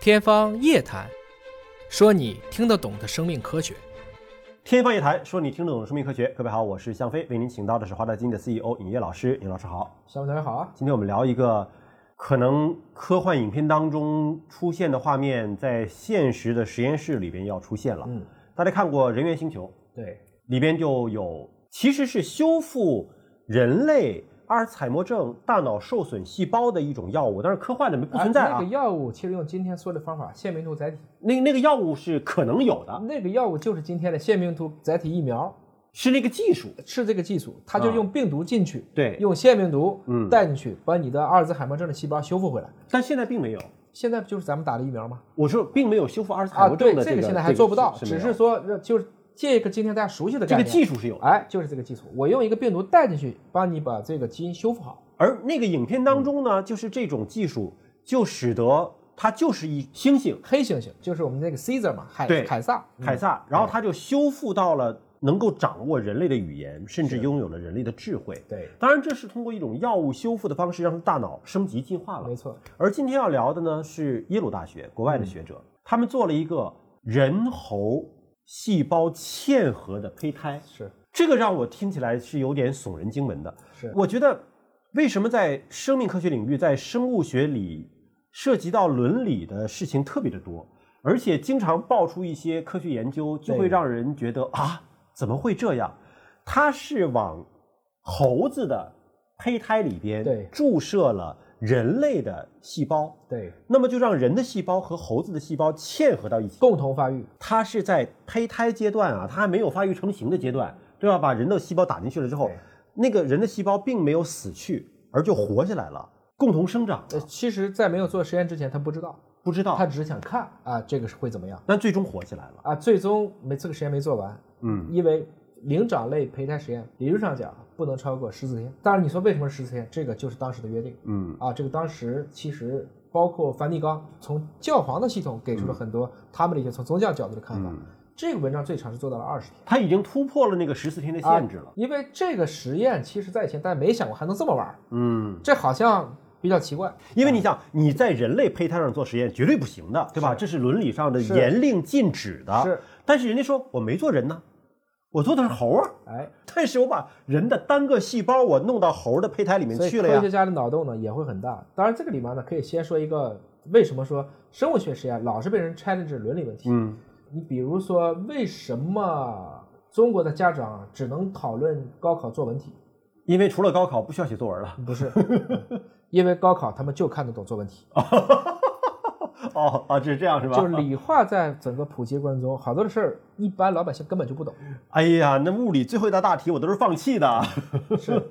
天方夜谭，说你听得懂的生命科学。天方夜谭，说你听得懂的生命科学。各位好，我是向飞，为您请到的是华大基因的 CEO 尹烨老师。尹老师好，小同学好啊！今天我们聊一个可能科幻影片当中出现的画面，在现实的实验室里边要出现了。嗯，大家看过《人猿星球》对，里边就有，其实是修复人类阿尔茨海默症大脑受损细胞的一种药物，但是科幻里面不存在哎啊那个。药物其实用今天说的方法，腺病毒载体，那那个药物是可能有的，那个药物就是今天的腺病毒载体疫苗，是那个技术。是这个技术，它就啊用病毒进去，对用腺病毒嗯带进去，把你的阿尔兹海默症的细胞修复回来。但现在并没有。现在不就是咱们打的疫苗吗？我说并没有修复阿尔茨海啊，默对症，的这个，现在还做不到，这个只没有是说呃就是借一个今天大家熟悉的概这个念，技术是有的。哎，就是这个技术，我用一个病毒带进去，帮你把这个基因修复好。而那个影片当中呢，就是这种技术就使得它就是一猩猩黑猩猩就是我们那个 Caesar 嘛，海对凯撒，嗯凯撒，然后它就修复到了能够掌握人类的语言，甚至拥有了人类的智慧。对，当然，这是通过一种药物修复的方式，让它大脑升级进化了没。嗯错，而今天要聊的呢是耶鲁大学国外的学者，他们做了一个人猴细胞嵌合的胚胎，是这个让我听起来是有点耸人听闻的。是，我觉得为什么在生命科学领域，在生物学里涉及到伦理的事情特别的多，而且经常爆出一些科学研究，就会对让人觉得啊，怎么会这样？它是往猴子的胚胎里边对注射了人类的细胞，对，那么就让人的细胞和猴子的细胞嵌合到一起。共同发育。它是在胚胎阶段啊，它还没有发育成型的阶段，对吧？把人的细胞打进去了之后对，那个人的细胞并没有死去，而就活下来了，共同生长呃，了。其实，在没有做实验之前，他不知道，不知道他，只是想看啊，这个是会怎么样但最终活起来了。啊。最终没这个实验没做完，嗯，因为灵长类胚胎实验理论上讲不能超过十四天。当然，你说为什么十四天？这个就是当时的约定嗯，啊。这个当时其实包括梵蒂冈从教皇的系统给出了很多他们的一些从宗教角度的看法。嗯这个文章最长是做到了二十天。它已经突破了那个十四天的啊限制了。嗯因为这个实验其实在以前大家没想过还能这么玩儿，嗯，这好像比较奇怪。因为你想，你在人类胚胎上做实验绝对不行的，对吧？是这是伦理上的是严令禁止的。是，但是人家说我没做人呢，我做的是猴啊。哎，但是我把人的单个细胞我弄到猴的胚胎里面所以去了科呀学。家的脑洞呢也会很大。当然，这个里面呢可以先说一个，为什么说生物学实验老是被人 challenge 伦理问题？嗯，你比如说，为什么中国的家长只能讨论高考作文题？因为除了高考不需要写作 文了。不 是，因为高考他们就看得懂作文题。啊哦啊，是这样是吧？就是理化在整个普及过程中，好多的事儿一般老百姓根本就不懂，哎呀，那物理最后一道大题我都是放弃的。 是，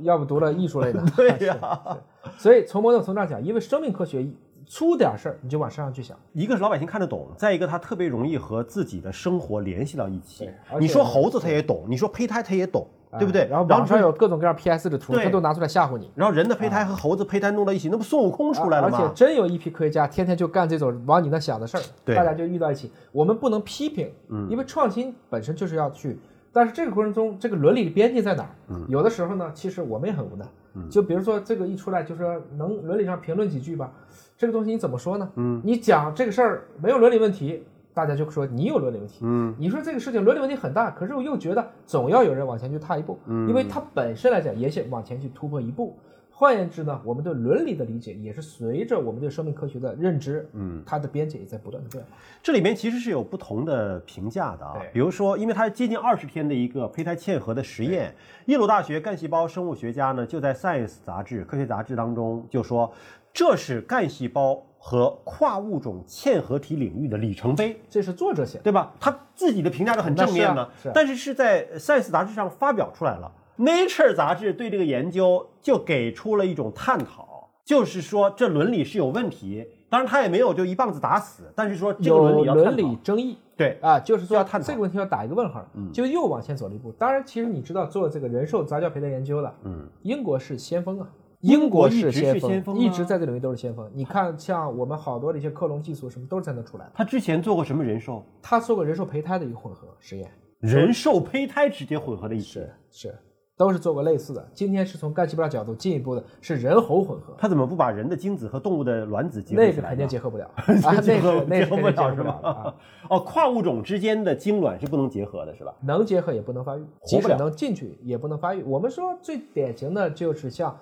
要不读了艺术类的。对呀、 所以从某种程度上讲，因为生命科学出点事儿你就往身上去想。一个是老百姓看得懂，再一个它特别容易和自己的生活联系到一起对。而且你说猴子它也懂，你说胚胎它也懂，对不对？哎然后网上有各种各样 PS 的图，对他都拿出来吓唬你。然后人的胚胎和猴子胚胎弄到一起，那不孙悟空出来了啊而且吗？真有一批科学家天天就干这种往你那想的事儿，对嗯大家就遇到一起。我们不能批评，因为创新本身就是要去。但是这个过程中，这个伦理的边界在哪儿？嗯有的时候呢，其实我们也很无奈。就比如说这个一出来，就说能伦理上评论几句吧，这个东西你怎么说呢？嗯，你讲这个事儿没有伦理问题，大家就说你有伦理问题。嗯，你说这个事情伦理问题很大，可是我又觉得总要有人往前去踏一步，嗯因为它本身来讲也想往前去突破一步。换言之呢，我们对伦理的理解也是随着我们对生命科学的认知，嗯，它的边界也在不断的变化。这里面其实是有不同的评价的啊对，比如说，因为它接近二十天的一个胚胎嵌合的实验，耶鲁大学干细胞生物学家呢就在《Science》杂志、科学杂志当中就说，这是干细胞和跨物种嵌合体领域的里程碑，这是作者写的，对吧？他自己的评价都很正面那是呢，啊是啊但是是在《Science》杂志上发表出来了，《Nature》杂志对这个研究就给出了一种探讨，就是说这伦理是有问题。当然，他也没有就一棒子打死，但是说这个伦有理要探讨。伦理争议。对，啊，就是说要探讨嗯这个问题要打一个问号，就又往前走了一步。当然，其实你知道做这个人兽杂交培的研究了，嗯，英国是先锋啊，英国国一直是先先锋啊一直在这领域都是先锋。你看，像我们好多的一些克隆技术什么都是在那出来的。他之前做过什么人兽？他做过人兽胚胎的一个混合实验，人兽胚胎直接混合在一起。是，都是做过类似的。今天是从干细胞角度进一步的是人猴混合，他怎么不把人的精子和动物的卵子结合那起个来肯定 呢？结合不了啊，那结合个那结个合肯不定结了合是不了啊吧。？ 哦，跨物种之间的精卵是不能结合的，是吧？能结合也不能发育，即使能进去也不能发育。我们说最典型的就是像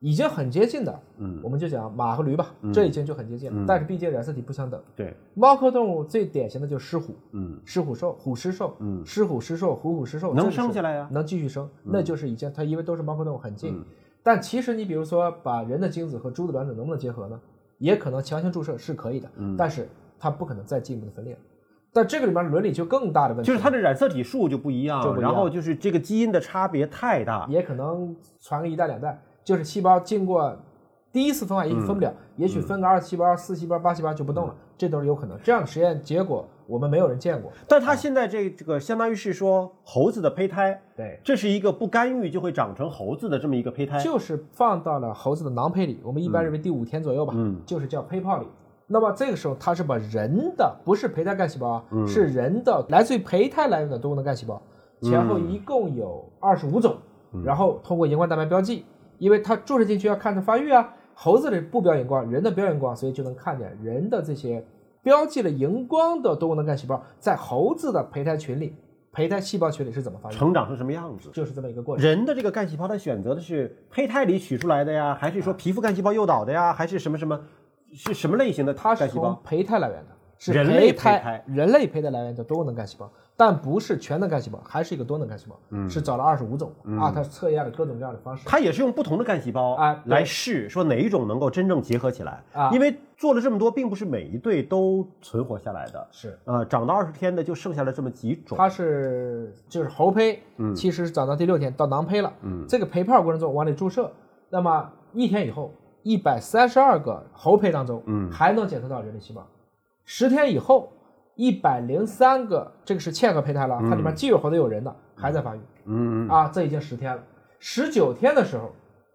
已经很接近的，嗯，我们就讲马和驴吧，这已经就很接近了。但是毕竟染色体不相等，对，猫科动物最典型的就是狮虎、嗯狮虎兽、虎狮兽、嗯，狮虎狮兽、虎虎狮兽，能哦这是生下来呀、啊能继续生，嗯那就是已经它因为都是猫科动物很近。但其实你比如说把人的精子和猪的卵子能不能结合呢？也可能强行注射是可以的，嗯但是它不可能再进一步的分裂。但这个里面伦理就更大的问题就了，是它的染色体数就不一嗯样，就不一样嗯然后就是这个基因的差别太大，也可能传个一代两代，就是细胞经过第一次分化也许分不嗯了，也许分个二细胞、四细胞、八细胞就不动了，这都是有可能。这样的实验结果我们没有人见过。但它现在这这个相当于是说猴子的胚胎，对，这是一个不干预就会长成猴子的这么一个胚胎，就是放到了猴子的囊胚里，我们一般认为第五天左右吧，嗯就是叫胚泡里。那么这个时候，它是把人的不是胚胎干细胞啊，是人的来自于胚胎来源的多功能干细胞，前后一共有二十五种，然后通过荧光蛋白标记，因为它注射进去要看它发育啊。猴子的不标荧光，人的标荧光，所以就能看见人的这些标记了荧光的多功能干细胞在猴子的胚胎群里、胚胎细胞群里是怎么发育的，成长成什么样子？就是这么一个过程。人的这个干细胞，它选择的是胚胎里取出来的呀，还是啊说皮肤干细胞诱导的呀，还是什么什么，是什么类型的它是干细从胞？胚胎来源的，是人类胚胎胎人类胚胎来源的多功能干细胞，但不是全能干细胞，还是一个多能干细胞，嗯是找了二十五种、啊，它测验了各种各样的方式。它也是用不同的干细胞啊对来试，说哪一种能够真正结合起来啊因为做了这么多，并不是每一对都存活下来的。是，呃，长到二十天的就剩下了这么几种。它是就是猴胚，嗯其实是长到第六天到囊胚了，嗯，这个胚泡过程中往里注射，那么一天以后，一百三十二个猴胚当中，嗯，还能检测到人类细胞，十天以后。一百零三个，这个是嵌合胚胎了，它里面既有猴的有人的，还在发育。嗯，啊，这已经十天了。十九天的时候，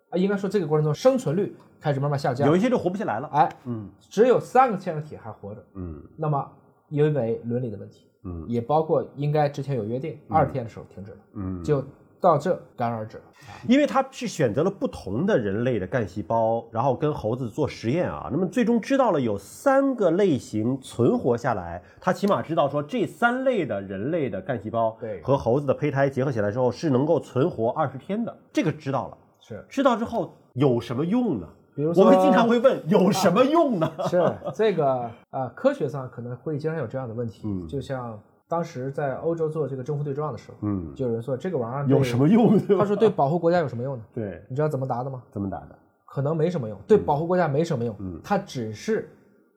啊，应该说这个过程中生存率开始慢慢下降有，一些就活不下来了。哎，嗯只有三个嵌入体还活着。嗯那么因为伦理的问题，嗯，也包括应该之前有约定，二天的时候停止了，嗯，就到这戛然而 止了。因为它是选择了不同的人类的干细胞，然后跟猴子做实验啊，那么最终知道了有三个类型存活下来，它起码知道说这三类的人类的干细胞对和猴子的胚胎结合起来之后是能够存活二十天的，这个知道了。是知道之后有什么用呢？比如我说们经常会问有什么 用呢？ 是这个呃，科学上可能会经常有这样的问题，就像当时在欧洲做这个征服对撞的时候，嗯，就有人说这个玩意儿有对什？么用？啊对吧他说对保护国家有什么用呢？对，你知道怎么答的吗？怎么打的？可能没什么用，对保护国家没什么用，它只是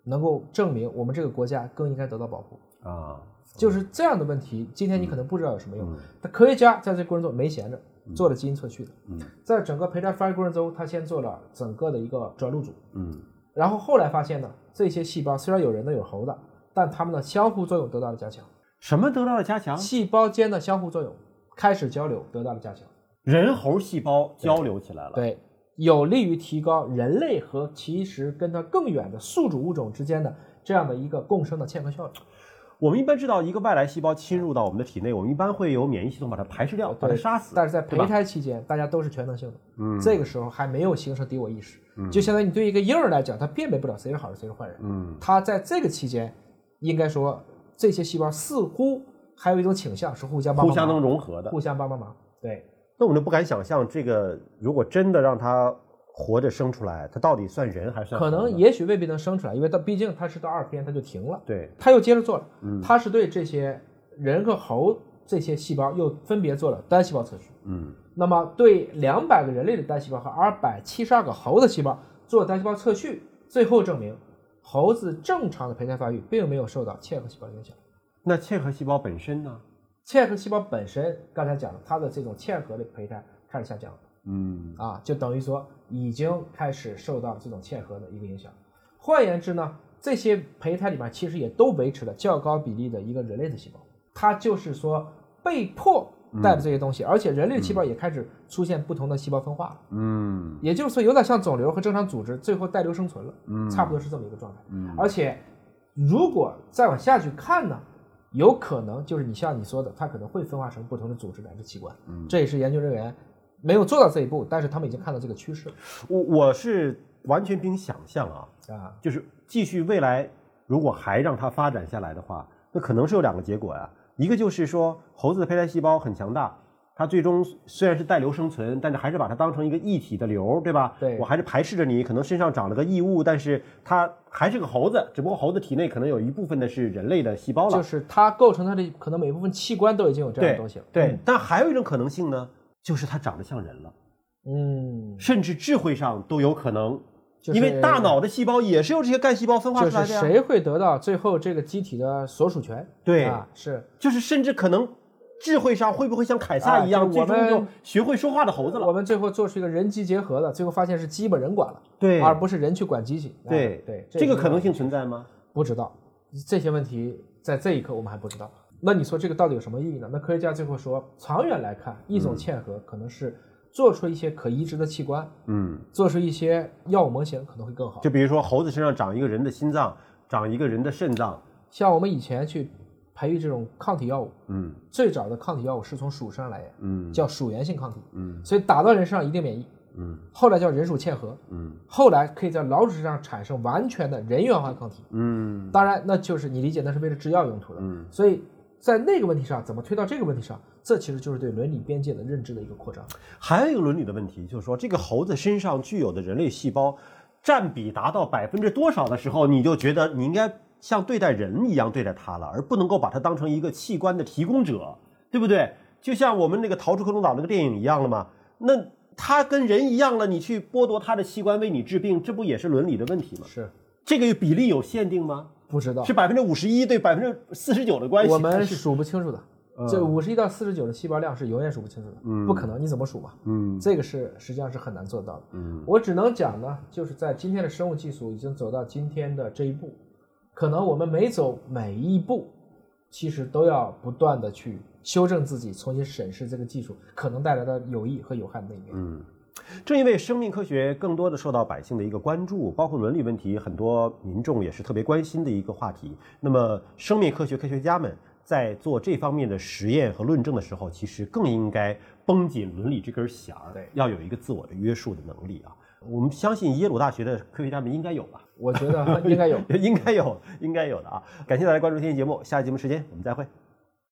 能够证明我们这个国家更应该得到保护，啊，就是这样的问题。今天你可能不知道有什么用，但科学家在这过程中没闲着，做了基因测序的，在整个胚胎发育过程中，他先做了整个的一个转录组，嗯然后后来发现呢，这些细胞虽然有人的有猴的，但它们的相互作用得到了加强，什么得到了加强？细胞间的相互作用开始交流得到了加强，人猴细胞交流起来了。对，有利于提高人类和其实跟它更远的宿主物种之间的这样的一个共生的嵌合效应。我们一般知道，一个外来细胞侵入到我们的体内，我们一般会有免疫系统把它排斥掉，把它对杀死。但是在对胚吧胎期间，大家都是全能性的，嗯，这个时候还没有形成敌我意识，嗯，就相当于你对一个婴儿来讲，他辨别不了谁是好人谁是坏人，嗯，他在这个期间，应该说这些细胞似乎还有一种倾向是互相帮互帮相忙，能融合的。互相帮帮忙，对，那我们就不敢想象，这个如果真的让它活着生出来，它到底算人还是算可能猴呢也许未必能生出来，因为到毕竟它是到二天它就停了。对他又接着做了，他是对这些人和猴这些细胞又分别做了单细胞测序，嗯，那么对两百个人类的单细胞和二百七十二个猴的细胞做单细胞测序，最后证明猴子正常的胚胎发育并没有受到嵌合细胞影响。那嵌合细胞本身呢？嵌合细胞本身，刚才讲了，它的这种嵌合的胚胎开始下降了。嗯，啊，就等于说已经开始受到这种嵌合的一个影响。换言之呢，这些胚胎里面其实也都维持了较高比例的一个人类的细胞，它就是说被迫带着这些东西，而且人类的细胞也开始出现不同的细胞分化了。嗯，也就是说，有点像肿瘤和正常组织最后带瘤生存了，嗯，差不多是这么一个状态。嗯，而且如果再往下去看呢，有可能就是你像你说的，它可能会分化成不同的组织乃至器官。嗯，这也是研究人员没有做到这一步，但是他们已经看到这个趋势我我是完全凭想象啊，啊。就是继续未来如果还让它发展下来的话，那可能是有两个结果呀、一个就是说猴子的胚胎细胞很强大，它最终虽然是带瘤生存，但是还是把它当成一个一体的瘤，对吧？对我还是排斥着你，可能身上长了个异物，但是它还是个猴子，只不过猴子体内可能有一部分的是人类的细胞了。就是它构成它的可能每部分器官都已嗯经有这样对的东西了。对，但还有一种可能性呢，就是它长得像人了，嗯，甚至智慧上都有可能，就是因为大脑的细胞也是由这些干细胞分化就出来是的呀。谁会得到最后这个机体的所属权？对啊，是就是甚至可能智慧上会不会像凯撒啊一样，就是我最终们就学会说话的猴子了？我们最后做出一个人机结合的，最后发现是鸡把人管了，对而不是人去管机器。啊哎对对，这个是可能性存在吗？不知道，这些问题在这一刻我们还不知道。那你说这个到底有什么意义呢？那科学家最后说，长远来看，一种嵌合可能是做出一些可移植的器官，嗯，做出一些药物模型可能会更好。就比如说猴子身上长一个人的心脏，长一个人的肾脏，像我们以前去培育这种抗体药物，嗯最早的抗体药物是从鼠身上来源，嗯叫鼠源性抗体，嗯所以打到人身上一定免疫。嗯后来叫人鼠嵌合，嗯后来可以在老鼠身上产生完全的人源化抗体。嗯当然，那就是你理解那是为了制药用途的。嗯，所以在那个问题上，怎么推到这个问题上，这其实就是对伦理边界的认知的一个扩张。还有一个伦理的问题，就是说这个猴子身上具有的人类细胞占比达到百分之多少的时候，你就觉得你应该像对待人一样对待它了，而不能够把它当成一个器官的提供者，对不对？就像我们那个《逃出克隆岛》那个电影一样了嘛，那它跟人一样了，你去剥夺它的器官为你治病，这不也是伦理的问题吗？是这个比例有限定吗？不知道是，百分之五十一对百分之四十九的关系？我还们是数不清楚的。嗯这五十一到四十九的细胞量是永远数不清楚的，不可能，你怎么数嘛？嗯这个是实际上是很难做到的。嗯我只能讲呢，就是在今天的生物技术已经走到今天的这一步，可能我们每走每一步，其实都要不断的去修正自己，重新审视这个技术可能带来的有益和有害的那一面。嗯，正因为生命科学更多的受到百姓的一个关注，包括伦理问题，很多民众也是特别关心的一个话题。那么，生命科学科学家们在做这方面的实验和论证的时候，其实更应该绷紧伦理这根弦儿，对要有一个自我的约束的能力啊。我们相信耶鲁大学的科学家们应该有吧？ 我觉得应该有。应该有，应该有的啊！感谢大家关注今天节目，下期节目时间我们再会。